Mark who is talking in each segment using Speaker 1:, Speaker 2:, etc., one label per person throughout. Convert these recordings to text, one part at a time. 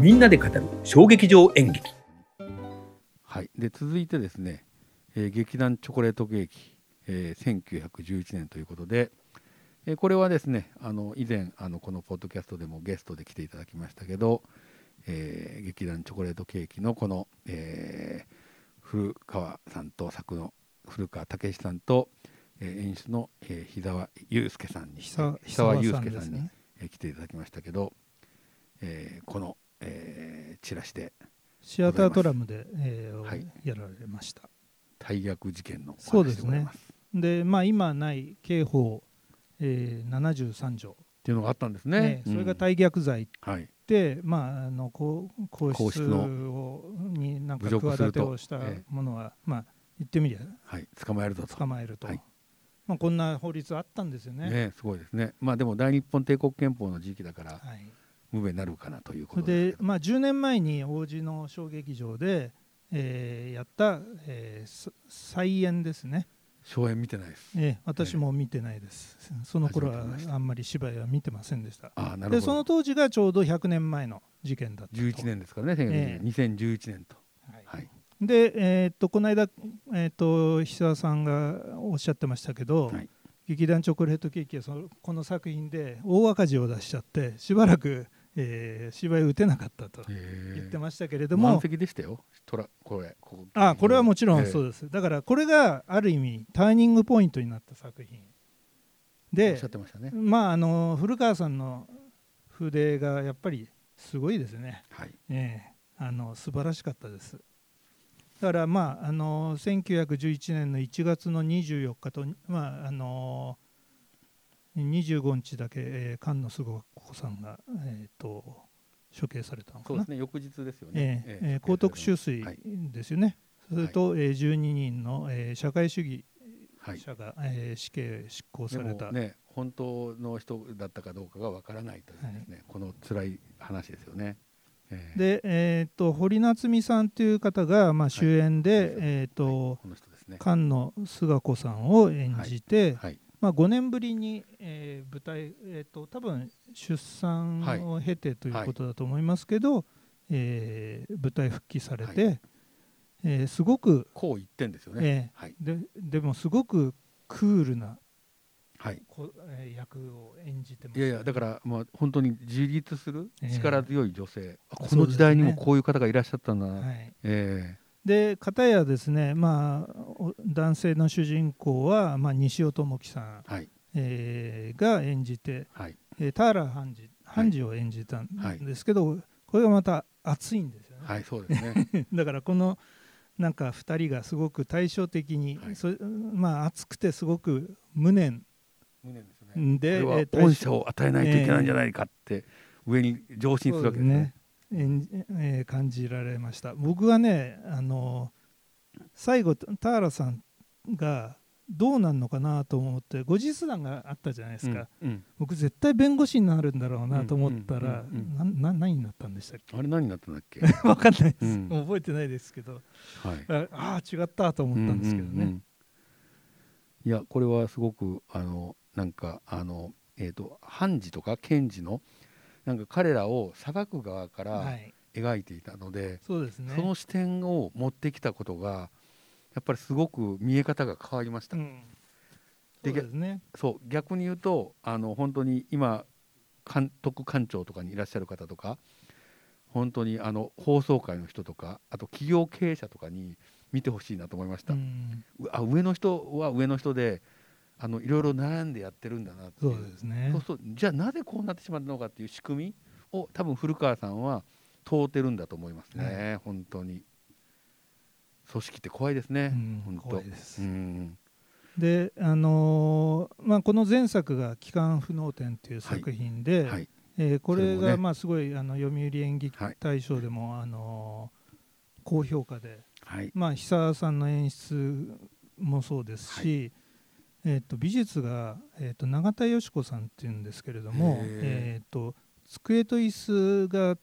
Speaker 1: みんなで語る小劇場演劇
Speaker 2: はい、で続いてですね、えー劇団チョコレートケーキ、えー1911年ということで、えーこれはですねあの以前あのこのポッドキャストでもゲストで来ていただきましたけど、えー劇団チョコレートケーキのこの、えー古川さんと作の古川武史さんと、えー演出の、えー、日沢祐介さんに
Speaker 3: 久
Speaker 2: 久沢祐
Speaker 3: さん
Speaker 2: 介
Speaker 3: で
Speaker 2: さ
Speaker 3: す
Speaker 2: んに
Speaker 3: ね。
Speaker 2: えー来ていただきましたけど、えーこの、えーチラシで
Speaker 3: シアタートラムで、えー
Speaker 2: はい
Speaker 3: やられました。
Speaker 2: 大逆事件のお
Speaker 3: そうで
Speaker 2: 話
Speaker 3: す
Speaker 2: でご
Speaker 3: ね
Speaker 2: ざいます。
Speaker 3: で、まあ、今ない刑法、えー、73条、
Speaker 2: っていうのがあったんですね。
Speaker 3: ね
Speaker 2: うん
Speaker 3: それが大逆罪っ
Speaker 2: はい、
Speaker 3: て、まあ、あのこう皇
Speaker 2: 皇
Speaker 3: 室
Speaker 2: 室
Speaker 3: をになんか
Speaker 2: 侮辱すると
Speaker 3: 企てをした
Speaker 2: ええ
Speaker 3: ものは、まあ、言ってみりゃ
Speaker 2: はい、捕まえるぞと。
Speaker 3: 捕まえると、
Speaker 2: はい
Speaker 3: まあ、こんな法律あったんですよね。
Speaker 2: ねすごいですね。まあでも大日本帝国憲法の時期だから
Speaker 3: はい、
Speaker 2: 無名になるかなというこ
Speaker 3: それ
Speaker 2: とで、
Speaker 3: です
Speaker 2: けど
Speaker 3: まあ、10年前に王子の小劇場で、えーやった、えーす再演ですね、
Speaker 2: 荘園見てないです。
Speaker 3: えー私も見てないです、その頃は
Speaker 2: 初めて見ました
Speaker 3: あんまり芝居は見てませんでした。
Speaker 2: ああ、なる
Speaker 3: で
Speaker 2: ほ
Speaker 3: そ
Speaker 2: ど。
Speaker 3: の当時がちょうど100年前の事件だったと
Speaker 2: 11年ですからね、
Speaker 3: ええ
Speaker 2: 2011年と。
Speaker 3: はい
Speaker 2: はい。
Speaker 3: で、えーっとこの間、えーっと久田さんがおっしゃってましたけど、
Speaker 2: はい
Speaker 3: 劇団チョコレートケーキはそのこの作品で大赤字を出しちゃってしばらく、えー芝居打てなかったと言ってましたけれども、
Speaker 2: 満席でしたよ。トラこれここ
Speaker 3: あこれはもちろん
Speaker 2: ええ
Speaker 3: そうです、だからこれがある意味ターニングポイントになった作品
Speaker 2: おっ
Speaker 3: で
Speaker 2: しゃってましたね。
Speaker 3: まああの古川さんの筆がやっぱりすごいですね、
Speaker 2: はい。
Speaker 3: ええあの素晴らしかったですだからまああの1911年の1月の24日とまああの25日だけ、えー、菅野菅子さんが、えー、と処刑されたのか
Speaker 2: そう
Speaker 3: な
Speaker 2: ですね。翌日ですよ
Speaker 3: え
Speaker 2: ね。
Speaker 3: えええ高徳秋水
Speaker 2: はい
Speaker 3: ですよね、それと、えー12人の、えー社会主義
Speaker 2: はい。
Speaker 3: 者が、えー死刑執行
Speaker 2: で
Speaker 3: された、
Speaker 2: もね、本当の人だったかどうかがわからないというですね、この辛い話ですよね。ええ
Speaker 3: で、えー、と堀夏美さんという方が、まあ、主演で、
Speaker 2: はい
Speaker 3: えーと
Speaker 2: この人ですね。
Speaker 3: 菅野菅子さんを演じて、
Speaker 2: はい。
Speaker 3: まあ、5年ぶりに、えー舞台、えー、と多分出産を経てということだと思いますけど、えー舞台復帰されて、
Speaker 2: は
Speaker 3: えーすごく、
Speaker 2: こう言ってんですよ
Speaker 3: え
Speaker 2: ね。
Speaker 3: ー
Speaker 2: はい。
Speaker 3: ででもすごくクールな
Speaker 2: はい。
Speaker 3: こ、えー役を演じてます
Speaker 2: いやいや、だから、まあ、本当に自立する
Speaker 3: ええ
Speaker 2: 力強い女性、あこ
Speaker 3: そう
Speaker 2: の
Speaker 3: で
Speaker 2: 時
Speaker 3: すね
Speaker 2: 代にもこういう方がいらっしゃったんだな。
Speaker 3: はい、
Speaker 2: え
Speaker 3: で片やですね、まあ、お男性の主人公は、まあ、西尾智樹さん、
Speaker 2: えはい。
Speaker 3: えーが演じて、
Speaker 2: はい。
Speaker 3: えー、田原判事判事を演じたん
Speaker 2: はい
Speaker 3: ですけど、これがまた熱いんですよね、
Speaker 2: はい、そうですね。
Speaker 3: だからこのなんか2人がすごく対照的に、
Speaker 2: はい
Speaker 3: それまあ、熱くてすごく無念
Speaker 2: 無念ですね。こ
Speaker 3: で
Speaker 2: れは
Speaker 3: えー対
Speaker 2: 恩赦を与えないといけないんじゃないかって、上に上申するわけですね。
Speaker 3: 演じえー感じられました僕はねあの最後田原さんがどうなんのかなと思って後日談があったじゃないですか、
Speaker 2: うんうん
Speaker 3: 僕絶対弁護士になるんだろうなと思ったら、
Speaker 2: うんうんうん
Speaker 3: なな何になったんでしたっけ
Speaker 2: あれ何になったんだっ け、
Speaker 3: わかんないです、
Speaker 2: うん
Speaker 3: もう覚えてないですけど
Speaker 2: はい、
Speaker 3: ああー違ったと思ったんですけどね、
Speaker 2: うんうんうんいやこれはすごくあのなんかあのえっ、と判事とか検事のなんか彼らを裁く側か
Speaker 3: は
Speaker 2: ら
Speaker 3: い
Speaker 2: 描いていたので、
Speaker 3: そうですね
Speaker 2: その視点を持ってきたことがやっぱりすごく見え方が変わりました、
Speaker 3: うん、
Speaker 2: で
Speaker 3: そうですね
Speaker 2: そう逆に言うとあの本当に今監督官庁とかにいらっしゃる方とか本当にあの放送界の人とかあと企業経営者とかに見てほしいなと思いました、
Speaker 3: うん
Speaker 2: うあ上の人は上の人であのいろいろ悩んでやってるんだなってい
Speaker 3: そううですね
Speaker 2: そうそうじゃあなぜこうなってしまったのかっていう仕組みを多分古川さんは問うてるんだと思いますね、本当に組織って怖いですね、
Speaker 3: うん
Speaker 2: 本当
Speaker 3: 怖いです、
Speaker 2: うん
Speaker 3: であのーまあ、この前作が「帰還不能展」という作品で、
Speaker 2: はい
Speaker 3: えーこれ
Speaker 2: それも
Speaker 3: が
Speaker 2: ね
Speaker 3: まあすごいあの読売演劇
Speaker 2: はい
Speaker 3: 大賞でも、あのー高評価で、
Speaker 2: はい
Speaker 3: まあ、久さんの演出もそうですし、えー、と美術が、えー、と永田佳子さんっていうんですけれども
Speaker 2: へ、ー
Speaker 3: えー、と机と椅子が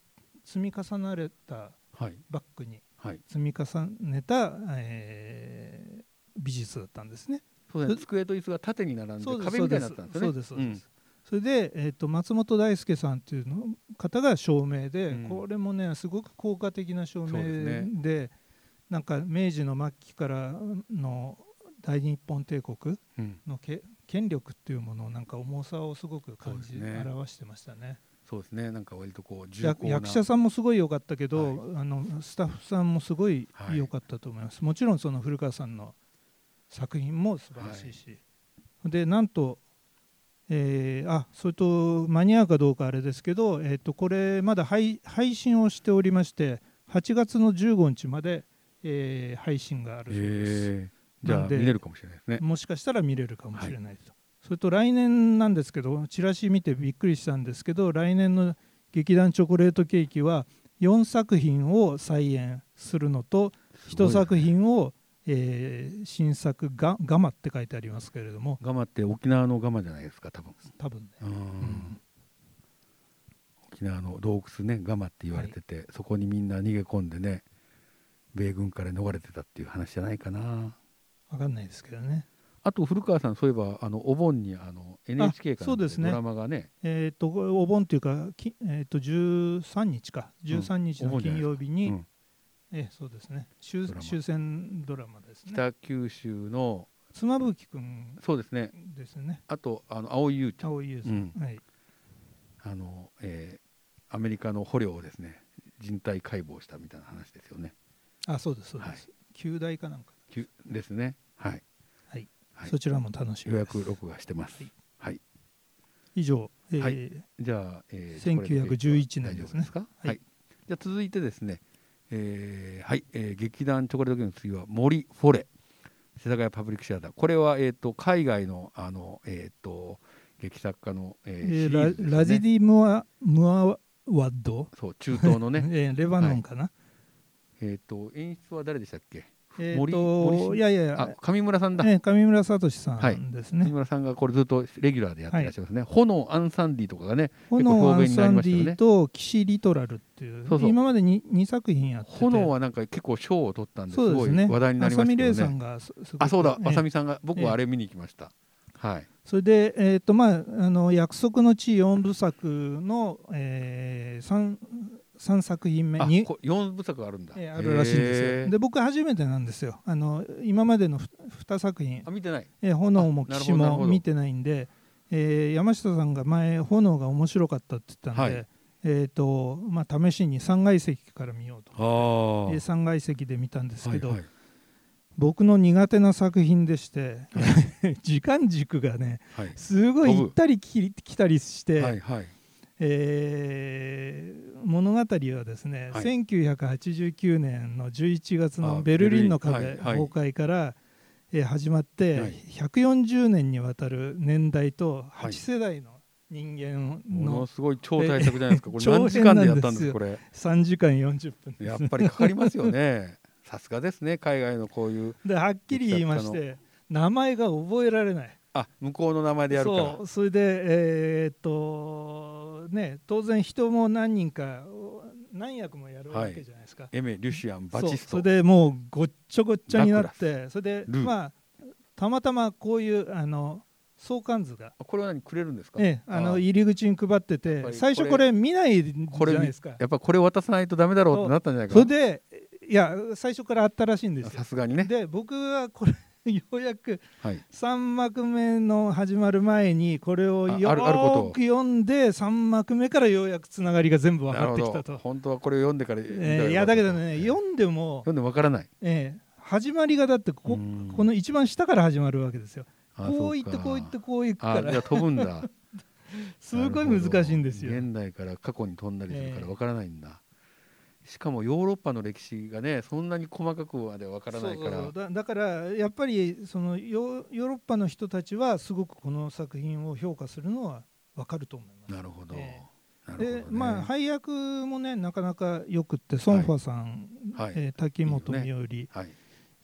Speaker 3: 積み重なれた
Speaker 2: はい
Speaker 3: バッグに
Speaker 2: はい
Speaker 3: 積み重ねた、えー美術だったんですね。
Speaker 2: そうだね
Speaker 3: そ
Speaker 2: 机と椅子が縦に並んで
Speaker 3: そうです
Speaker 2: 壁みたいになってたんですよね
Speaker 3: そうですそうですそれで、えー、と松本大輔さんっていうの方が照明で、
Speaker 2: うん
Speaker 3: これもねすごく効果的な照
Speaker 2: そう
Speaker 3: 明
Speaker 2: です
Speaker 3: で
Speaker 2: ね
Speaker 3: なんか明治の末期からの大日本帝国
Speaker 2: うん
Speaker 3: のけ権力っていうものをなんか重さをすごく感じ、
Speaker 2: そうですね
Speaker 3: 表してましたね
Speaker 2: そうですねなんか割とこう重厚
Speaker 3: 役
Speaker 2: な
Speaker 3: 役者さんもすごい良かったけど、あのスタッフさんもすごい
Speaker 2: はい
Speaker 3: 良かったと思います、もちろんその古川さんの作品も素晴らしいし、でなんと、えーあそれと間に合うかどうかあれですけど、えー、とこれまだ配配信をしておりまして8月の15日まで、えー配信があるそうです、
Speaker 2: ええじゃ
Speaker 3: な
Speaker 2: あ
Speaker 3: んで
Speaker 2: 見れるかもしれないですね
Speaker 3: もしかしたら見れるかもしれないと、それと来年なんですけどチラシ見てびっくりしたんですけど来年の劇団チョコレートケーキは4作品を再演するのと
Speaker 2: すごい
Speaker 3: 1作品を、えー新作が「ガマ」って書いてありますけれども
Speaker 2: ガマって沖縄のガマじゃないですか多分
Speaker 3: 多分ね、
Speaker 2: うん
Speaker 3: うん
Speaker 2: 沖縄の洞窟ねガマって言われてて、そこにみんな逃げ込んでね米軍から逃れてたっていう話じゃないかな
Speaker 3: 分かんないですけどね
Speaker 2: あと古川さんそういえばあのお盆にあの NHK か
Speaker 3: そ
Speaker 2: ら
Speaker 3: うですね
Speaker 2: ドラマがね
Speaker 3: えー、とお盆というか、きえー、と13日か13日
Speaker 2: お
Speaker 3: の
Speaker 2: 盆じゃな
Speaker 3: 金
Speaker 2: いですか
Speaker 3: 曜日に、
Speaker 2: うん
Speaker 3: えーそうですね終
Speaker 2: ドラマ
Speaker 3: 終戦ドラマですね
Speaker 2: 北九州の
Speaker 3: 妻夫木君
Speaker 2: そうですね
Speaker 3: ですね
Speaker 2: あとあの青井優ちゃん
Speaker 3: 青井優さん、
Speaker 2: うん
Speaker 3: はい、
Speaker 2: あの、えーアメリカの捕虜をですね人体解剖したみたいな話ですよね。
Speaker 3: あそうですそうです、旧大かなんか、
Speaker 2: きゅですねはい
Speaker 3: はい
Speaker 2: はい
Speaker 3: そちらも楽しみ
Speaker 2: 予
Speaker 3: です
Speaker 2: 約録画してます。はい
Speaker 3: 以上、えー
Speaker 2: はじゃあ、え大
Speaker 3: 1911年ですね
Speaker 2: 丈夫かはい、
Speaker 3: はい
Speaker 2: じゃあ続いてですね、えーはい、えー劇団チョコレートケーキの次は森フォレ世田谷パブリックシアターこれは、えー、と海外のあの、えー、と劇作家の、え
Speaker 3: え
Speaker 2: ーシリー
Speaker 3: ー
Speaker 2: ズですね
Speaker 3: ララジディムア・ムアワッド、
Speaker 2: そう中東のね
Speaker 3: えーレバノンかな、
Speaker 2: えーと演出は誰でしたっけ
Speaker 3: えー
Speaker 2: 森
Speaker 3: と
Speaker 2: 森
Speaker 3: いやいやい
Speaker 2: あ
Speaker 3: や、
Speaker 2: 上村さんだ、
Speaker 3: えー上村聡さ
Speaker 2: はい
Speaker 3: んです
Speaker 2: 上
Speaker 3: ね、
Speaker 2: 村さんがこれずっとレギュラーでやってらっしゃいますね、炎アンサンディとかがね
Speaker 3: 炎アン
Speaker 2: 結構
Speaker 3: サ
Speaker 2: 評判に
Speaker 3: ン
Speaker 2: なりましたよ
Speaker 3: ディ
Speaker 2: ね
Speaker 3: と岸リトラルっていう
Speaker 2: そうそう
Speaker 3: 今までに2作品やってて
Speaker 2: 炎はなんか結構賞を取ったんです
Speaker 3: そう
Speaker 2: ご
Speaker 3: で
Speaker 2: い
Speaker 3: すね
Speaker 2: 話題になりま
Speaker 3: 浅
Speaker 2: した
Speaker 3: 見
Speaker 2: け
Speaker 3: 玲
Speaker 2: ど
Speaker 3: さ
Speaker 2: ね
Speaker 3: んがすすごく
Speaker 2: あそうだ
Speaker 3: えー
Speaker 2: 浅見さんが僕はあれ見に行きました、はい
Speaker 3: それで、えーとまあ、あの約束の地4部作の、え 3, 3作品目
Speaker 2: あ
Speaker 3: に、
Speaker 2: こ4部作あるんだ、
Speaker 3: えーあるらしいんです
Speaker 2: へ
Speaker 3: よ。
Speaker 2: ー
Speaker 3: で僕初めてなんですよ。あの今までの2作品
Speaker 2: あ見てない
Speaker 3: 「えー炎」も「
Speaker 2: あなる
Speaker 3: 騎士」
Speaker 2: ほどなるほ
Speaker 3: も
Speaker 2: ど
Speaker 3: 見てないんで、えー山下さんが前「炎」が面白かったって言ったんで、
Speaker 2: はい
Speaker 3: えーとまあ、試しに3階席から見ようと。
Speaker 2: ああ
Speaker 3: えー3階席で見たんですけど、
Speaker 2: はいはい
Speaker 3: 僕の苦手な作品でして、 時間軸がね
Speaker 2: はい
Speaker 3: すごい
Speaker 2: 飛ぶ
Speaker 3: 行ったりき来たりして、
Speaker 2: はいはい
Speaker 3: えー物語はですね、
Speaker 2: はい
Speaker 3: 1989年の11月
Speaker 2: あ
Speaker 3: のベルリンの
Speaker 2: ベル
Speaker 3: 壁
Speaker 2: リンはいはい
Speaker 3: 崩壊から、えー始まって、
Speaker 2: はい
Speaker 3: 140年にわたる年代と
Speaker 2: はい
Speaker 3: 8世代の人間
Speaker 2: もの
Speaker 3: の
Speaker 2: すごい超大作じゃないですかこれ
Speaker 3: 長
Speaker 2: 何時間でや
Speaker 3: 編
Speaker 2: っ
Speaker 3: な
Speaker 2: た
Speaker 3: ん
Speaker 2: んです
Speaker 3: で
Speaker 2: す
Speaker 3: よ
Speaker 2: これ
Speaker 3: 3時間40分で
Speaker 2: や
Speaker 3: す
Speaker 2: っぱりかかりますよねさすがですね海外のこういう
Speaker 3: ではっきり言いまして名前が覚えられない
Speaker 2: あ向こうの名前でやるから
Speaker 3: そうそれでえーっとね当然人も何人か何役もやるわけじゃないですか、
Speaker 2: エメ・リュシアン・バチス
Speaker 3: そ
Speaker 2: ト
Speaker 3: うそれでもうごっちょごっちゃになっ
Speaker 2: ラ
Speaker 3: てそれで
Speaker 2: ルー
Speaker 3: まあたまたまこういうあの相関図が、
Speaker 2: あこれは何くれるんですか、
Speaker 3: ええ、あの
Speaker 2: あ
Speaker 3: 入り口に配って
Speaker 2: っぱ
Speaker 3: て
Speaker 2: り
Speaker 3: 最初
Speaker 2: こ
Speaker 3: こ
Speaker 2: れ
Speaker 3: れ見ないじゃないですか
Speaker 2: やっぱこれ渡さないとダメだろうってなったんじゃないかな
Speaker 3: それでいや最初からあったらしいんですよ
Speaker 2: さすがにね
Speaker 3: で僕はこれようやく
Speaker 2: はい
Speaker 3: 3幕目の始まる前にこれを
Speaker 2: あ
Speaker 3: よ
Speaker 2: あるあることを
Speaker 3: ーく読んで3幕目からようやくつながりが全部分
Speaker 2: なる
Speaker 3: か
Speaker 2: ほ
Speaker 3: ってき
Speaker 2: ど
Speaker 3: たと、
Speaker 2: 本当はこれを読んでから、
Speaker 3: ええいやだけど
Speaker 2: 読
Speaker 3: ね
Speaker 2: ん
Speaker 3: 読んでも、
Speaker 2: でもわからない
Speaker 3: ええ始まりがだってここ
Speaker 2: うん
Speaker 3: この一番下から始まるわけですよ。
Speaker 2: あ
Speaker 3: こういっ
Speaker 2: そ
Speaker 3: て
Speaker 2: か
Speaker 3: こういってこういくか
Speaker 2: あじゃ
Speaker 3: ら
Speaker 2: あ飛ぶ んだ
Speaker 3: すごい難しいんです
Speaker 2: なる
Speaker 3: よ。
Speaker 2: ほど現代から過去に飛んだりするか
Speaker 3: ええ
Speaker 2: らわからないんだ、しかもヨーロッパの歴史がねそんなに細かくまでわからないから
Speaker 3: そうそうだだからやっぱりそのヨーヨーロッパの人たちはすごくこの作品を評価するのは分かると思います。
Speaker 2: なるほど、
Speaker 3: え
Speaker 2: なるほど
Speaker 3: で
Speaker 2: ね
Speaker 3: まあ配役もねなかなかよくってソンファさん、
Speaker 2: はいはい
Speaker 3: えー滝本
Speaker 2: いい
Speaker 3: 美織、
Speaker 2: はい、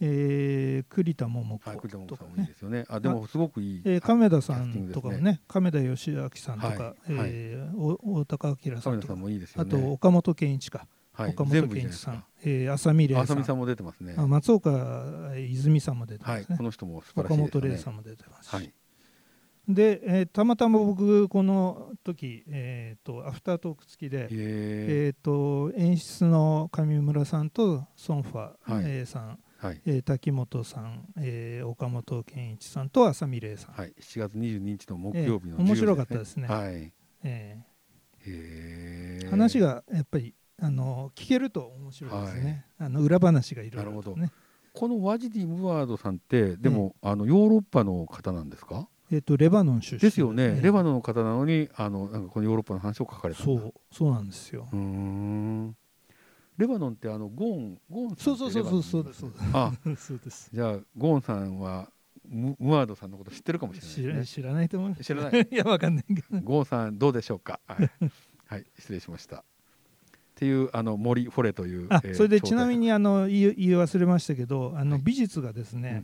Speaker 3: えー栗田桃
Speaker 2: はい、
Speaker 3: 子
Speaker 2: 栗田桃
Speaker 3: と
Speaker 2: 子
Speaker 3: か
Speaker 2: さんもいい
Speaker 3: ね
Speaker 2: ですよね。あ、でもすごくいい。
Speaker 3: えー
Speaker 2: カメ
Speaker 3: 亀田さんとかもね亀田義明さんとか、
Speaker 2: はい
Speaker 3: えーお大高明さんと
Speaker 2: さ
Speaker 3: か
Speaker 2: んもいいですよ
Speaker 3: あ
Speaker 2: ね。
Speaker 3: と岡本健一か、
Speaker 2: はい、
Speaker 3: 岡
Speaker 2: 全
Speaker 3: 本
Speaker 2: 部いいじゃない
Speaker 3: 健一
Speaker 2: です
Speaker 3: さん
Speaker 2: か。、
Speaker 3: えー、浅見玲
Speaker 2: あ
Speaker 3: さ
Speaker 2: さ
Speaker 3: ん
Speaker 2: みさんも出てますね。
Speaker 3: あ松岡泉さんも出てま
Speaker 2: はい、
Speaker 3: すね、
Speaker 2: この人も素晴らし
Speaker 3: 岡
Speaker 2: いですよね。
Speaker 3: 本玲さんも出てますし、
Speaker 2: はい。
Speaker 3: で、えーたまたま僕この時、えー、とアフタートーク付きで、
Speaker 2: え
Speaker 3: えー、と演出の上村さんとソンファ、
Speaker 2: はい
Speaker 3: えーさん、
Speaker 2: ーはい
Speaker 3: えー滝本さん、えー岡本健一さんと浅見玲さん、
Speaker 2: はい、7月22日の木曜日の、
Speaker 3: ええ面白かったですね
Speaker 2: はい、へ
Speaker 3: え
Speaker 2: え
Speaker 3: ー話がやっぱりあの聞けると面白いですね、あの裏話がいろいろと
Speaker 2: な
Speaker 3: ね、
Speaker 2: このワジディ・ムワードさんってでも、あのヨーロッパの方なんですか
Speaker 3: えー、とレバノン出身
Speaker 2: ですよね、
Speaker 3: えー
Speaker 2: レバノンの方なのにあのなんかこのヨーロッパの話を書かれたんだ
Speaker 3: そうそうなんですよ、
Speaker 2: うーんレバノンってあのゴーンゴーンさん
Speaker 3: そう
Speaker 2: って
Speaker 3: そうそ
Speaker 2: レ
Speaker 3: う
Speaker 2: バ
Speaker 3: そ
Speaker 2: ノン
Speaker 3: うそ
Speaker 2: あ
Speaker 3: うですそうですそうです
Speaker 2: じゃあゴーンさんはムムワードさんのこと知ってるかもし
Speaker 3: 知
Speaker 2: れ
Speaker 3: ら
Speaker 2: ない
Speaker 3: ない
Speaker 2: です
Speaker 3: 知らないと思います
Speaker 2: ね知らない
Speaker 3: いやわかんないけど
Speaker 2: ゴーンさんどうでしょうか はい、はい、失礼しましたっていうあの森フォレという
Speaker 3: あ
Speaker 2: えー
Speaker 3: それで
Speaker 2: 超大
Speaker 3: ち
Speaker 2: 作
Speaker 3: なみにあの言い言い忘れましたけどあの美術がですね、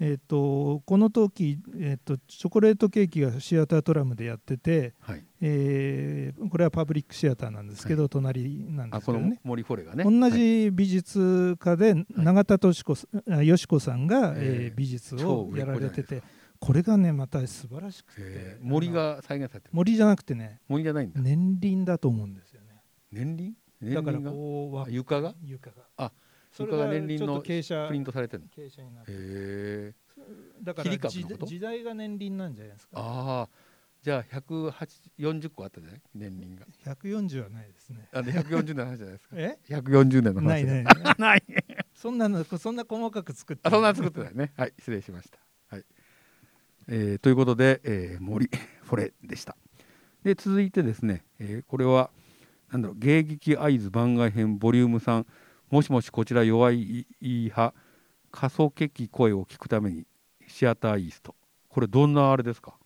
Speaker 3: えっとこの時、えっとチョコレートケーキがシアタートラムでやってて、
Speaker 2: はい
Speaker 3: えーこれはパブリックシアターなんですけど、隣なんで
Speaker 2: あ
Speaker 3: す
Speaker 2: こ
Speaker 3: けど
Speaker 2: の
Speaker 3: ね
Speaker 2: 森フォレがね
Speaker 3: 同
Speaker 2: はい
Speaker 3: じ美術家で永田敏子さん、あよしこさんが、
Speaker 2: えー
Speaker 3: えー美術
Speaker 2: 超
Speaker 3: を
Speaker 2: 売れっ
Speaker 3: や
Speaker 2: 子じゃな
Speaker 3: られ
Speaker 2: いで
Speaker 3: て
Speaker 2: すか
Speaker 3: てこれがねまた素晴らしくて、
Speaker 2: えー森
Speaker 3: あの
Speaker 2: が再現されてる
Speaker 3: 森じゃなくてね
Speaker 2: 森じゃないんだ
Speaker 3: 年輪だと思うんですよね
Speaker 2: 年輪年
Speaker 3: だ
Speaker 2: 輪
Speaker 3: から
Speaker 2: が
Speaker 3: こうわ
Speaker 2: あ床が
Speaker 3: 床が
Speaker 2: あ
Speaker 3: それ
Speaker 2: 床が
Speaker 3: が
Speaker 2: 年輪
Speaker 3: ちょっ
Speaker 2: の
Speaker 3: と傾
Speaker 2: プリン
Speaker 3: 斜
Speaker 2: トされてるの
Speaker 3: 傾斜になって
Speaker 2: へえ
Speaker 3: だか
Speaker 2: 切り
Speaker 3: ら
Speaker 2: 株の
Speaker 3: 時
Speaker 2: こと
Speaker 3: 時代が年輪なんじゃないですか
Speaker 2: ああじゃあ140個あったじゃない年輪が
Speaker 3: 140はないですね
Speaker 2: あの140年の話じゃないですか
Speaker 3: え
Speaker 2: 140年の話
Speaker 3: ないない
Speaker 2: ない
Speaker 3: そんなのそんな細かく作って
Speaker 2: あそんなの作ってないねはい失礼しました、はいえーということで、えー森フォレでしたで続いてですね、えーこれはなんだろう芸劇合図番外編ボリューム3もしもしこちら弱い派過疎劇声を聞くためにシアターイーストこれどんなあれですか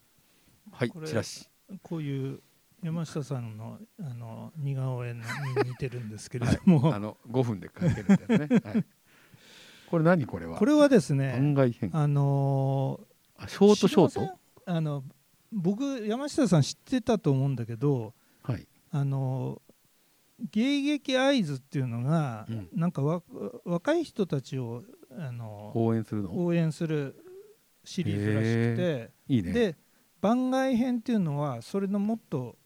Speaker 2: はい
Speaker 3: これ
Speaker 2: チラシ
Speaker 3: こういう山下さんのあの似顔絵に似てるんですけれども、
Speaker 2: あの5分で書けるんだ よね、はい、これ何これは
Speaker 3: これはです
Speaker 2: 番
Speaker 3: ね
Speaker 2: 外編
Speaker 3: あの
Speaker 2: あショートショ
Speaker 3: 知り
Speaker 2: ー
Speaker 3: ませんあの僕山下さん知ってたと思うんだけど
Speaker 2: トはい
Speaker 3: あの芸劇合図っていうのが、
Speaker 2: うん
Speaker 3: なんかわ若い人たちをあの
Speaker 2: 応援するの
Speaker 3: 応援するシリーズらし
Speaker 2: いい
Speaker 3: く
Speaker 2: ね
Speaker 3: て、で番外編っていうのはそれのもっと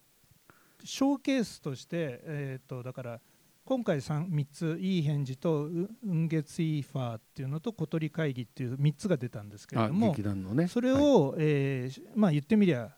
Speaker 3: ショーケースとして、えー、とだから今回 3, 3ついい返事とう雲月イーファーっていうのと小鳥会議っていう3つが出たんですけれ
Speaker 2: あ
Speaker 3: ども
Speaker 2: 劇団のね
Speaker 3: それ
Speaker 2: はい
Speaker 3: を、えーまあ、言ってみりゃ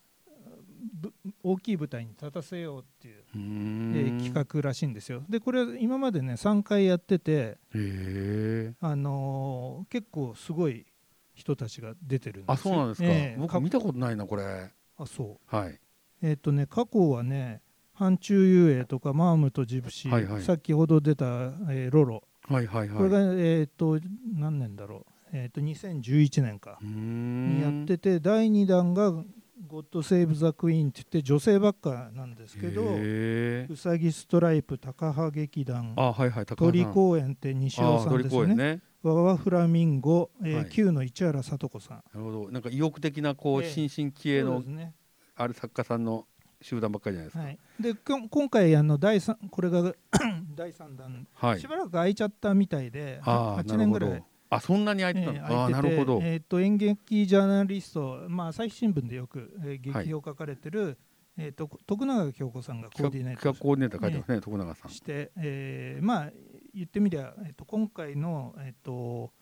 Speaker 3: ぶ大きい舞台に立たせようっていう、
Speaker 2: うー
Speaker 3: え
Speaker 2: ん
Speaker 3: ー企画らしいんですよ。でこれ今までね3回やってて、
Speaker 2: へえ
Speaker 3: あのー結構すごい人たちが出てるんですよ
Speaker 2: あそうなんですか、
Speaker 3: ええ
Speaker 2: 僕
Speaker 3: 過
Speaker 2: 見たことないなこれ
Speaker 3: あそう
Speaker 2: はい
Speaker 3: えっ、とね過去はね範中遊泳とかマームとジプシー、
Speaker 2: はいはい
Speaker 3: 先ほど出た、えーロロ
Speaker 2: はいはいはい
Speaker 3: これが、えっ、と何年だろうえっ、と2011年か
Speaker 2: うー
Speaker 3: に
Speaker 2: ん
Speaker 3: やってて第2弾が「ゴッド・セーブ・ザ・クイーン」って言って女性ばっかなんですけど
Speaker 2: へえ
Speaker 3: うさぎストライプ高羽劇団
Speaker 2: あはいはい高
Speaker 3: 鳥
Speaker 2: 橋
Speaker 3: 公園って西
Speaker 2: さん
Speaker 3: 尾
Speaker 2: あ
Speaker 3: さん
Speaker 2: 鳥
Speaker 3: です
Speaker 2: 公園
Speaker 3: ね
Speaker 2: ね
Speaker 3: わわフラミンゴ、えー
Speaker 2: はい
Speaker 3: Q の市原さと子さん
Speaker 2: なるほどなんか意欲的なこう、
Speaker 3: ええ
Speaker 2: 新進気鋭
Speaker 3: そう
Speaker 2: の
Speaker 3: ですね
Speaker 2: ある作家さんの集団ばっかりじゃないですか
Speaker 3: はい、でこん今回あの第三これが 第3弾、
Speaker 2: はい、
Speaker 3: しばらく空いちゃったみたいで
Speaker 2: ああ
Speaker 3: 8
Speaker 2: なる
Speaker 3: 年
Speaker 2: ほ
Speaker 3: ぐら
Speaker 2: ど
Speaker 3: い、
Speaker 2: あそんなに空いて
Speaker 3: え
Speaker 2: たの、
Speaker 3: ー
Speaker 2: ああ
Speaker 3: 空い
Speaker 2: な
Speaker 3: てて
Speaker 2: るほど、
Speaker 3: えー、と演劇ジャーナリスト、まあ、朝日新聞でよく、えー劇を書かれてる、えー、と徳永京子さんがコーデ
Speaker 2: 企
Speaker 3: ィネー
Speaker 2: 画
Speaker 3: ト
Speaker 2: 企画
Speaker 3: を
Speaker 2: コーディネーター書いてますね、徳永さん
Speaker 3: して、えーまあ言ってみりゃ、えー、と今回の、えー、と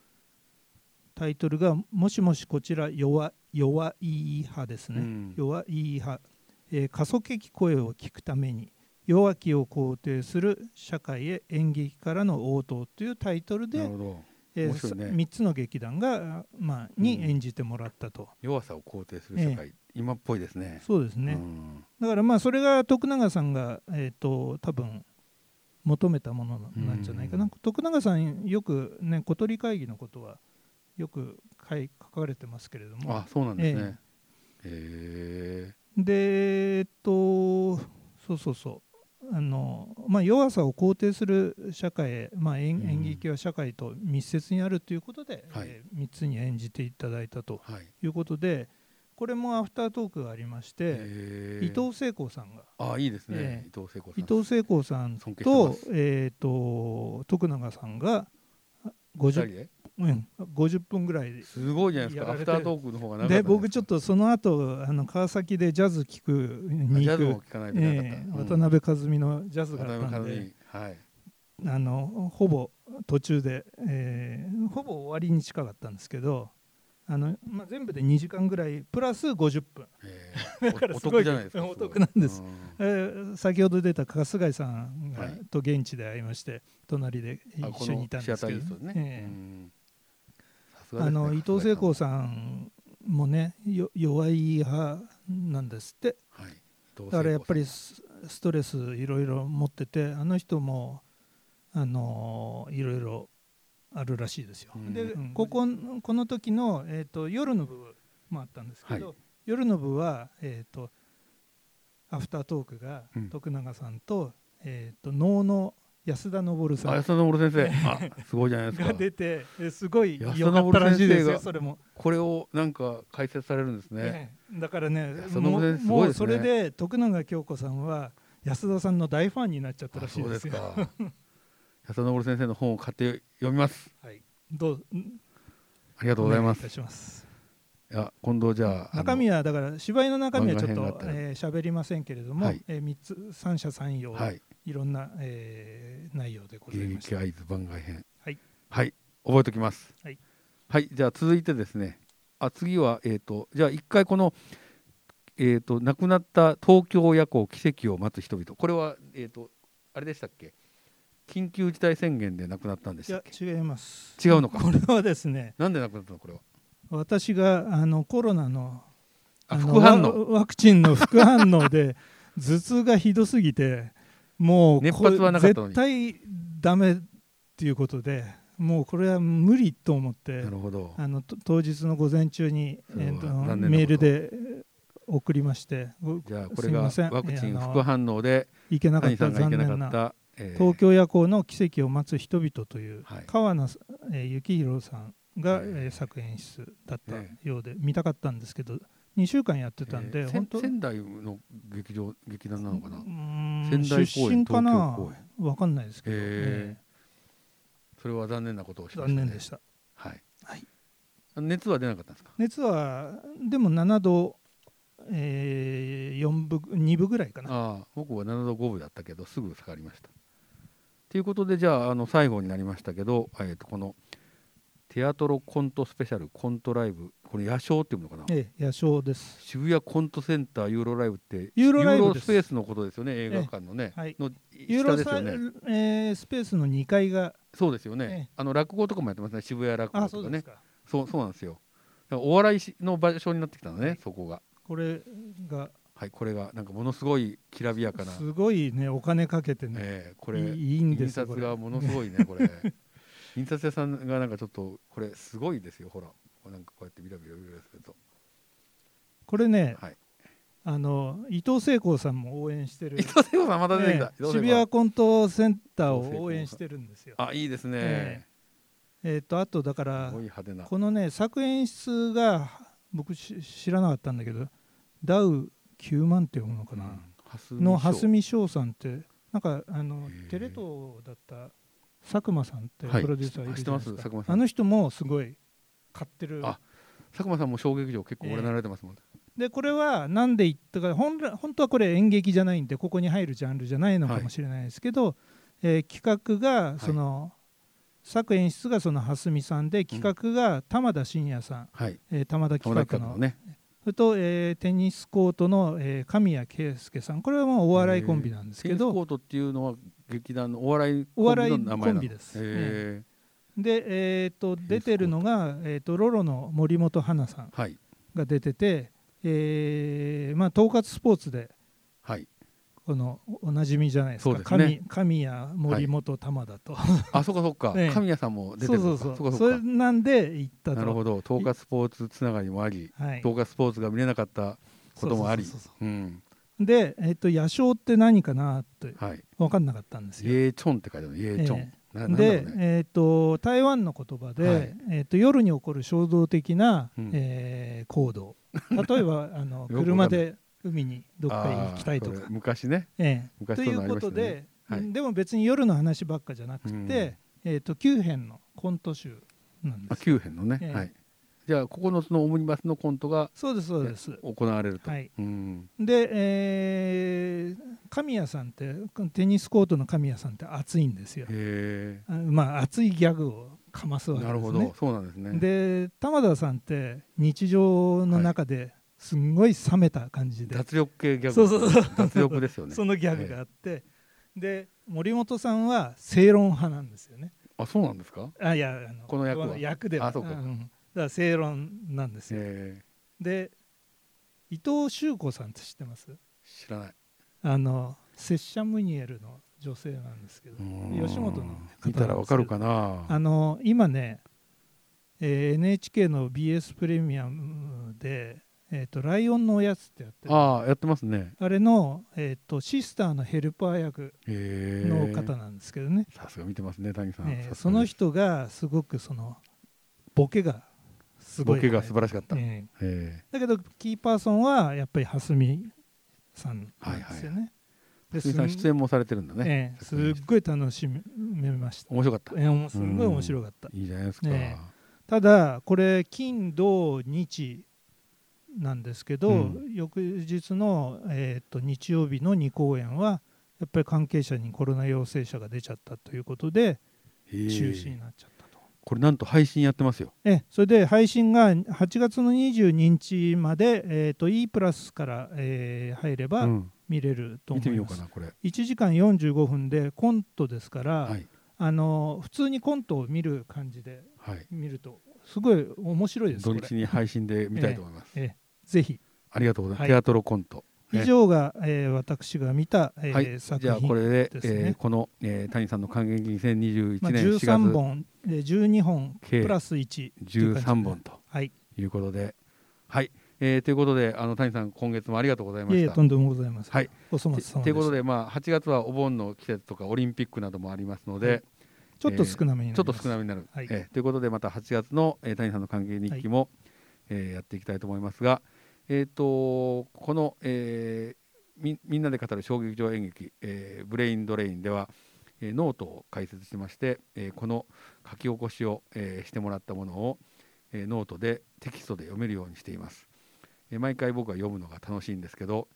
Speaker 3: タイトルが「もしもしこちら弱弱い派」ですね。
Speaker 2: うん
Speaker 3: 弱い派、えー、過疎的声を聞くために弱きを肯定する社会へ演劇からの応答というタイトル
Speaker 2: な
Speaker 3: で
Speaker 2: る、ほど
Speaker 3: えー
Speaker 2: 面白いね
Speaker 3: さ三つの劇団が、まあ、
Speaker 2: う
Speaker 3: に
Speaker 2: ん
Speaker 3: 演じてもらったと、
Speaker 2: 弱さを肯定する社会、今っぽいですね
Speaker 3: そうですね、
Speaker 2: うん
Speaker 3: だからまあそれが徳永さんが、えー、と多分求めたものなんじゃないかな、
Speaker 2: うん
Speaker 3: 徳永さんよくね小鳥会議のことはよく書い書かれてますけれども
Speaker 2: あそうなんですねへえ
Speaker 3: でえっとそうそうそうあの、まあ、弱さを肯定する社会へ、まあ、演
Speaker 2: うん
Speaker 3: 演劇は社会と密接にあるということで、
Speaker 2: はい
Speaker 3: え3つに演じていただいたと
Speaker 2: はい
Speaker 3: いうことでこれもアフタートークがありまして、
Speaker 2: へえ
Speaker 3: 伊藤聖子さんが
Speaker 2: あいいですね、
Speaker 3: ええ
Speaker 2: 伊藤聖子さん
Speaker 3: 伊藤聖子さん
Speaker 2: 尊敬してま
Speaker 3: と
Speaker 2: す,、
Speaker 3: えっと徳永さんが
Speaker 2: 二人
Speaker 3: 50,
Speaker 2: で
Speaker 3: うん、50分ぐらい
Speaker 2: すごいじゃないですか
Speaker 3: や
Speaker 2: ア
Speaker 3: ら
Speaker 2: フ
Speaker 3: れて
Speaker 2: タートークの方が長かった
Speaker 3: で僕ちょっ
Speaker 2: と
Speaker 3: とその後あの川崎でジャズ聴くに
Speaker 2: ジャズ
Speaker 3: 行く
Speaker 2: も聞かないとなかった、
Speaker 3: ええ渡辺和美のジャズがあったん
Speaker 2: 渡辺
Speaker 3: で
Speaker 2: 和美はい
Speaker 3: あのほぼ途中で、えーほぼ終わりに近かったんですけどあの、まあ、全部で2時間ぐらいプラス50分、
Speaker 2: え え
Speaker 3: から
Speaker 2: お
Speaker 3: すご
Speaker 2: 得
Speaker 3: い
Speaker 2: じゃないですか
Speaker 3: お得なんです
Speaker 2: ごい
Speaker 3: えー先ほど出た春日井さんが、
Speaker 2: はい
Speaker 3: と現地で会いまして隣で
Speaker 2: うんあ
Speaker 3: 一緒にいたんで
Speaker 2: このシアタ
Speaker 3: すけ
Speaker 2: ーイース
Speaker 3: ど
Speaker 2: トでね、
Speaker 3: ええ
Speaker 2: うんさすがですね
Speaker 3: あの伊藤聖光さんもねよ弱い派なんですって
Speaker 2: はい、
Speaker 3: だからやっぱり
Speaker 2: 伊藤聖
Speaker 3: スストレスいろいろ持っててあの人もあのーいろいろあるらしいですよ。
Speaker 2: うん
Speaker 3: で、
Speaker 2: うん
Speaker 3: こここの時の、えー、と夜の部もあったんですけど、
Speaker 2: は
Speaker 3: 夜の部は、えー、とアフタートークが
Speaker 2: うん
Speaker 3: 徳永さんと,、えー、と能の安田昇
Speaker 2: 光さんあ
Speaker 3: さ
Speaker 2: 安田 登先生あすごいじゃない
Speaker 3: ん
Speaker 2: ですか
Speaker 3: が出てえすごい
Speaker 2: 安田
Speaker 3: 良かったらしいで
Speaker 2: 昇先
Speaker 3: す
Speaker 2: 生
Speaker 3: よ
Speaker 2: が
Speaker 3: それも。
Speaker 2: これをなんか解説されるんですね、
Speaker 3: ええだからね
Speaker 2: いやその
Speaker 3: も
Speaker 2: 腕
Speaker 3: う
Speaker 2: すご
Speaker 3: も
Speaker 2: いですね
Speaker 3: うそれで徳永京子さんは安田さんの大ファンになっちゃったら
Speaker 2: あ
Speaker 3: し
Speaker 2: そ
Speaker 3: いうで
Speaker 2: ですす
Speaker 3: よ。
Speaker 2: か安田登先生の本を買って読みます
Speaker 3: はい、どうあり
Speaker 2: ありがとうございます
Speaker 3: いたします
Speaker 2: いや今度じゃあ
Speaker 3: 中身はだから芝居の中身はちょ
Speaker 2: 番
Speaker 3: っ
Speaker 2: 外編
Speaker 3: と
Speaker 2: があった
Speaker 3: 喋、
Speaker 2: ら
Speaker 3: えー喋りませんけれども、
Speaker 2: はい
Speaker 3: えー三つ三者三
Speaker 2: あ
Speaker 3: 様、、
Speaker 2: のはいい
Speaker 3: ろんな、えー内容
Speaker 2: 「
Speaker 3: でござい
Speaker 2: 芸
Speaker 3: ま
Speaker 2: 劇
Speaker 3: した。
Speaker 2: 会津番外編」
Speaker 3: はい、
Speaker 2: はい、覚えておきます
Speaker 3: はい、
Speaker 2: はいじゃあ続いてですねあ次はえっ、とじゃあ一回このえっ、と亡くなった東京夜行奇跡を待つ人々これはえっ、とあれでしたっけ緊急事態宣言で亡くなったんでし
Speaker 3: い
Speaker 2: た
Speaker 3: や
Speaker 2: っけ
Speaker 3: 違います。
Speaker 2: 違うのか
Speaker 3: これはですね
Speaker 2: なんで亡くなったのこれは
Speaker 3: 私があのコロナの
Speaker 2: あ
Speaker 3: あの
Speaker 2: 副反応
Speaker 3: ワワクチンの副反 応で頭痛がひどすぎてもう
Speaker 2: 熱発はなかったのに
Speaker 3: これ絶対ダメっていうことでもうこれは無理と思って
Speaker 2: なるほど
Speaker 3: あのと当日の午前中に、
Speaker 2: それは
Speaker 3: えーと
Speaker 2: 残念なこと
Speaker 3: メールで送りましてご
Speaker 2: じゃあこ
Speaker 3: す
Speaker 2: れ
Speaker 3: い
Speaker 2: が
Speaker 3: ません
Speaker 2: ワクチ
Speaker 3: え
Speaker 2: ン
Speaker 3: ーあの
Speaker 2: 副反応で
Speaker 3: 行けなかっ
Speaker 2: 谷さ
Speaker 3: た
Speaker 2: んが行
Speaker 3: 残
Speaker 2: けな
Speaker 3: 念
Speaker 2: かっ
Speaker 3: な
Speaker 2: た、えー
Speaker 3: 東京夜行の奇跡を待つ人々という、
Speaker 2: はい
Speaker 3: 川名、えー幸宏さんが、
Speaker 2: えー
Speaker 3: えー作演出だった
Speaker 2: え
Speaker 3: ようで、見たかったんですけど2週間やってたんで、
Speaker 2: えーせ
Speaker 3: 本当
Speaker 2: 仙台の劇場劇団なのかな
Speaker 3: うー
Speaker 2: 仙
Speaker 3: ん
Speaker 2: 台
Speaker 3: 出
Speaker 2: 公演
Speaker 3: 身か
Speaker 2: 東京
Speaker 3: な
Speaker 2: 公演
Speaker 3: わかんないですけど、
Speaker 2: え
Speaker 3: え
Speaker 2: ーそれは残念なことをし
Speaker 3: え
Speaker 2: ました、ね、
Speaker 3: 残念でした
Speaker 2: はい、
Speaker 3: はい
Speaker 2: 熱は出なかったんですか
Speaker 3: 熱はでも7度、えー、4分2分ぐらいかな
Speaker 2: ああ僕は7度5分だったけどすぐ下がりましたということでじゃああの最後になりましたけど、えー、とこの「テアトロコントスペシャルコントライブ」これ夜賞っていうのかな、
Speaker 3: ええ、野鳥です
Speaker 2: 渋谷コントセンターユーロライブって
Speaker 3: ユーロライブで
Speaker 2: ス
Speaker 3: す
Speaker 2: ペースのことですよね映画館のね、
Speaker 3: えはい
Speaker 2: の
Speaker 3: ユー
Speaker 2: 下
Speaker 3: ロ
Speaker 2: です
Speaker 3: サ
Speaker 2: よ
Speaker 3: イ、
Speaker 2: ね
Speaker 3: えースペースの2階が
Speaker 2: そうですよね
Speaker 3: え、え
Speaker 2: あの落語とかもやってますね渋谷落語
Speaker 3: あ
Speaker 2: と
Speaker 3: そう
Speaker 2: か
Speaker 3: で
Speaker 2: ね
Speaker 3: すか
Speaker 2: そうそうなんですよだからお笑いしの場所になってきたのねそこが
Speaker 3: これが
Speaker 2: はいこれがなんかものすごいきらびやかな、
Speaker 3: すごいねお金かけてね、
Speaker 2: ええこれ
Speaker 3: いいいいんです
Speaker 2: 印
Speaker 3: こ
Speaker 2: 刷
Speaker 3: れ
Speaker 2: がものすごいねこれ印刷屋さんがなんかちょっとこれすごいですよほらなんかこうやってビラビラビラビラすると
Speaker 3: これね
Speaker 2: はい
Speaker 3: あの伊藤聖光さんも応援してる
Speaker 2: 伊藤聖子さんまた出てきた、伊
Speaker 3: ええ
Speaker 2: 藤聖
Speaker 3: 渋
Speaker 2: 子さ
Speaker 3: 谷
Speaker 2: ん
Speaker 3: コントセンターを応援してるんですよ
Speaker 2: あいいですね、
Speaker 3: ええっ、とあとだか
Speaker 2: す
Speaker 3: ら
Speaker 2: ごい派手な
Speaker 3: このね作演出が僕し知らなかったんだけどダウ9万って読むのかな、
Speaker 2: うん
Speaker 3: の蓮
Speaker 2: 蓮見
Speaker 3: 見翔さんってなんかあ
Speaker 2: へ
Speaker 3: の
Speaker 2: ー
Speaker 3: テレ東だった佐久間さんって
Speaker 2: はい
Speaker 3: プロデューサーいるじゃないです
Speaker 2: 知ってます
Speaker 3: か、
Speaker 2: 佐久間さん
Speaker 3: あの人もすごい買ってる
Speaker 2: あ佐久間さんも小劇場結構ご覧になられてますもん、
Speaker 3: でこれは何で言ったか本来本当はこれ演劇じゃないんでここに入るジャンルじゃないのかもしれないですけど、えー企画がその、作演出がその蓮見さんで企画が玉田真也さん、
Speaker 2: はい
Speaker 3: えー玉田
Speaker 2: 友
Speaker 3: 企
Speaker 2: 達
Speaker 3: 画
Speaker 2: 企
Speaker 3: の
Speaker 2: 画のね
Speaker 3: それと、えーテニスコートの、えー神谷圭介さんこれはもうお笑いコンビなんですけ
Speaker 2: テニスコ
Speaker 3: ど
Speaker 2: ートっていうのは劇団のお笑い
Speaker 3: お
Speaker 2: コンビ
Speaker 3: 笑
Speaker 2: の
Speaker 3: い
Speaker 2: 名前なの
Speaker 3: コンビです
Speaker 2: へえ
Speaker 3: で、えー、と出てるのが、えー、とロロの森本花さん
Speaker 2: はい
Speaker 3: が出てて、えーまあ、統括スポーツで
Speaker 2: はい
Speaker 3: このおなじみじゃないですか
Speaker 2: そうですね
Speaker 3: 神神谷森本玉田と、
Speaker 2: あそうかそうか、
Speaker 3: ええ
Speaker 2: 神谷さんも出て
Speaker 3: そう
Speaker 2: る
Speaker 3: そ
Speaker 2: のか
Speaker 3: うそう
Speaker 2: か
Speaker 3: そ
Speaker 2: そう
Speaker 3: れ
Speaker 2: か
Speaker 3: なんで行ったと
Speaker 2: なるほど統括スポーツつながりもあり
Speaker 3: はい、
Speaker 2: 統括スポーツが見れなかったこともあり
Speaker 3: そうそうそう
Speaker 2: うん
Speaker 3: そうで、えー、と野鳥って何かなって
Speaker 2: はい
Speaker 3: 分かんなかったんです
Speaker 2: イ
Speaker 3: よ
Speaker 2: エーチョンって書いてあるイエーチョン、
Speaker 3: え
Speaker 2: ななんだろう
Speaker 3: で、
Speaker 2: ね
Speaker 3: えー、と台湾の言葉で、
Speaker 2: はい
Speaker 3: えー、と夜に起こる衝動的な、
Speaker 2: うん
Speaker 3: えー行動例え ばあの
Speaker 2: くわかん
Speaker 3: 車
Speaker 2: ない
Speaker 3: で海にどっか
Speaker 2: あー
Speaker 3: 行きたいと
Speaker 2: これ
Speaker 3: か。
Speaker 2: 昔ね
Speaker 3: ええ
Speaker 2: 昔
Speaker 3: と
Speaker 2: そう
Speaker 3: い
Speaker 2: いう
Speaker 3: う
Speaker 2: のあり
Speaker 3: こ
Speaker 2: ました
Speaker 3: と
Speaker 2: ね
Speaker 3: で、
Speaker 2: はい
Speaker 3: でも別に夜の話ばっかじゃなくて、
Speaker 2: うん
Speaker 3: えー、と9編のコント集なんで
Speaker 2: あ
Speaker 3: す。
Speaker 2: 9編のね、
Speaker 3: ええ
Speaker 2: はいじゃあ9つのオムニバスのコントが
Speaker 3: そうですそうです。
Speaker 2: 行われると、
Speaker 3: はい
Speaker 2: うん
Speaker 3: で、えー神谷さんってテニスコートの神谷さんって熱いんですよ
Speaker 2: へ。え
Speaker 3: あまあ熱いギャグをかますわけで
Speaker 2: な
Speaker 3: す
Speaker 2: る
Speaker 3: ね。
Speaker 2: ほど、そうなんですね
Speaker 3: で玉田さんって日常の中ですんごい冷めた感じで、
Speaker 2: 脱力系ギャグ
Speaker 3: そうそうそう
Speaker 2: 脱力ですよね
Speaker 3: そのギャグがあって、で森本さんは正論派なんですよね
Speaker 2: あそうなんですか
Speaker 3: あいやあの
Speaker 2: この役は
Speaker 3: では
Speaker 2: あそうか
Speaker 3: んだから正論なんですよ、
Speaker 2: へえ
Speaker 3: で伊藤修子さんって知ってます
Speaker 2: 知らない
Speaker 3: あの拙者ムニエルの女性なんですけど吉本の方なんですけど
Speaker 2: 見たらわかるかな
Speaker 3: あの今ね、えー NHK の BS プレミアムで「えー、とライオンのおやつ」ってやってるあ
Speaker 2: ああやってますね
Speaker 3: れの、えー、とシスターのヘルパー役
Speaker 2: へえ
Speaker 3: の方なんですけどね、
Speaker 2: さすが見てますね谷さん、
Speaker 3: えー
Speaker 2: さすがです
Speaker 3: その人がすごくそのボケがすごい
Speaker 2: ボケが素晴らしかった、
Speaker 3: えー
Speaker 2: え
Speaker 3: だけどキーパーソンはやっぱり蓮見さんなんですよね。
Speaker 2: え
Speaker 3: で
Speaker 2: 鈴木さん出演もされてるんだね、
Speaker 3: えーすっごい楽しめました。
Speaker 2: 面白かった
Speaker 3: えーもうすっごい面白かった。
Speaker 2: いいじゃないですか、
Speaker 3: えただこれ金土日なんですけど、
Speaker 2: うん
Speaker 3: 翌日の、えー、と日曜日の2公演はやっぱり関係者にコロナ陽性者が出ちゃったということで
Speaker 2: へえ
Speaker 3: 中止になっちゃったと、
Speaker 2: これなんと配信やってますよ
Speaker 3: ええそれで配信が8月の22日まで、えー、と E プラスから、えー入れば
Speaker 2: うん、
Speaker 3: 見れると
Speaker 2: 見
Speaker 3: 思
Speaker 2: てみ
Speaker 3: い
Speaker 2: よう
Speaker 3: ま
Speaker 2: か
Speaker 3: す、
Speaker 2: なこれ
Speaker 3: 1時間45分でコントですから、
Speaker 2: はい
Speaker 3: あの普通にコントを見る感じで
Speaker 2: はい
Speaker 3: 見るとすごい面白いです
Speaker 2: 土
Speaker 3: これ
Speaker 2: 日に配信で見たいと思います、
Speaker 3: ええぜひ
Speaker 2: ありがとうございます、
Speaker 3: はい
Speaker 2: テアトロコントね
Speaker 3: 以上が、えー私が見た、えー
Speaker 2: はい、
Speaker 3: 作
Speaker 2: じゃあ
Speaker 3: 品
Speaker 2: これで
Speaker 3: ですね
Speaker 2: えーこの、えー、谷さんの還元金2021
Speaker 3: まあ、
Speaker 2: 年4月、
Speaker 3: 13本で12本
Speaker 2: 計
Speaker 3: プラス1
Speaker 2: 13本と
Speaker 3: はい
Speaker 2: いうことで、はい、えーということであの谷さん今月もありがとうございま
Speaker 3: いえいえ
Speaker 2: した。
Speaker 3: とんでもございません
Speaker 2: はい、
Speaker 3: お粗末様でした
Speaker 2: ということで、まあ、8月はお盆の季節とかオリンピックなどもありますので、
Speaker 3: はいちょっと少なめになります、
Speaker 2: ちょっと少なめになる、
Speaker 3: はい
Speaker 2: えーということでまた8月の、えー谷さんの歓迎日記も、えーやっていきたいと思いますが、えー、とこの、えーみみんなで語る衝撃場演劇、えーブレインドレイン」では、えーノートを解説してまして、えーこの書き起こしを、えーしてもらったものを、えーノートでテキストで読めるようにしています、えー毎回僕は読むのが楽しいんですけど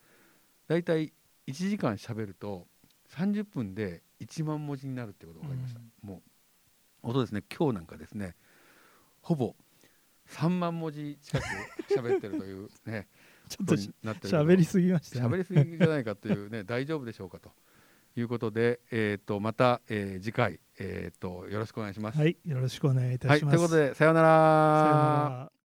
Speaker 2: だいたい1時間喋ると30分で1万文字になるってことが分かりました、もう本当ですね今日なんかですねほぼ3万文字近く喋ってると いうね
Speaker 3: ちょ
Speaker 2: こと
Speaker 3: っと
Speaker 2: になってるけど
Speaker 3: 喋りすぎましたね、
Speaker 2: 喋りすぎじゃないかと いうね大丈夫でしょうかということで、えー、とまた、えー次回、えー、とよろしくお願いします。
Speaker 3: はいよろしくお願いいた
Speaker 2: はい
Speaker 3: し
Speaker 2: と
Speaker 3: ま
Speaker 2: い
Speaker 3: す、
Speaker 2: うこと
Speaker 3: で
Speaker 2: でさような
Speaker 3: さような
Speaker 2: ら
Speaker 3: ら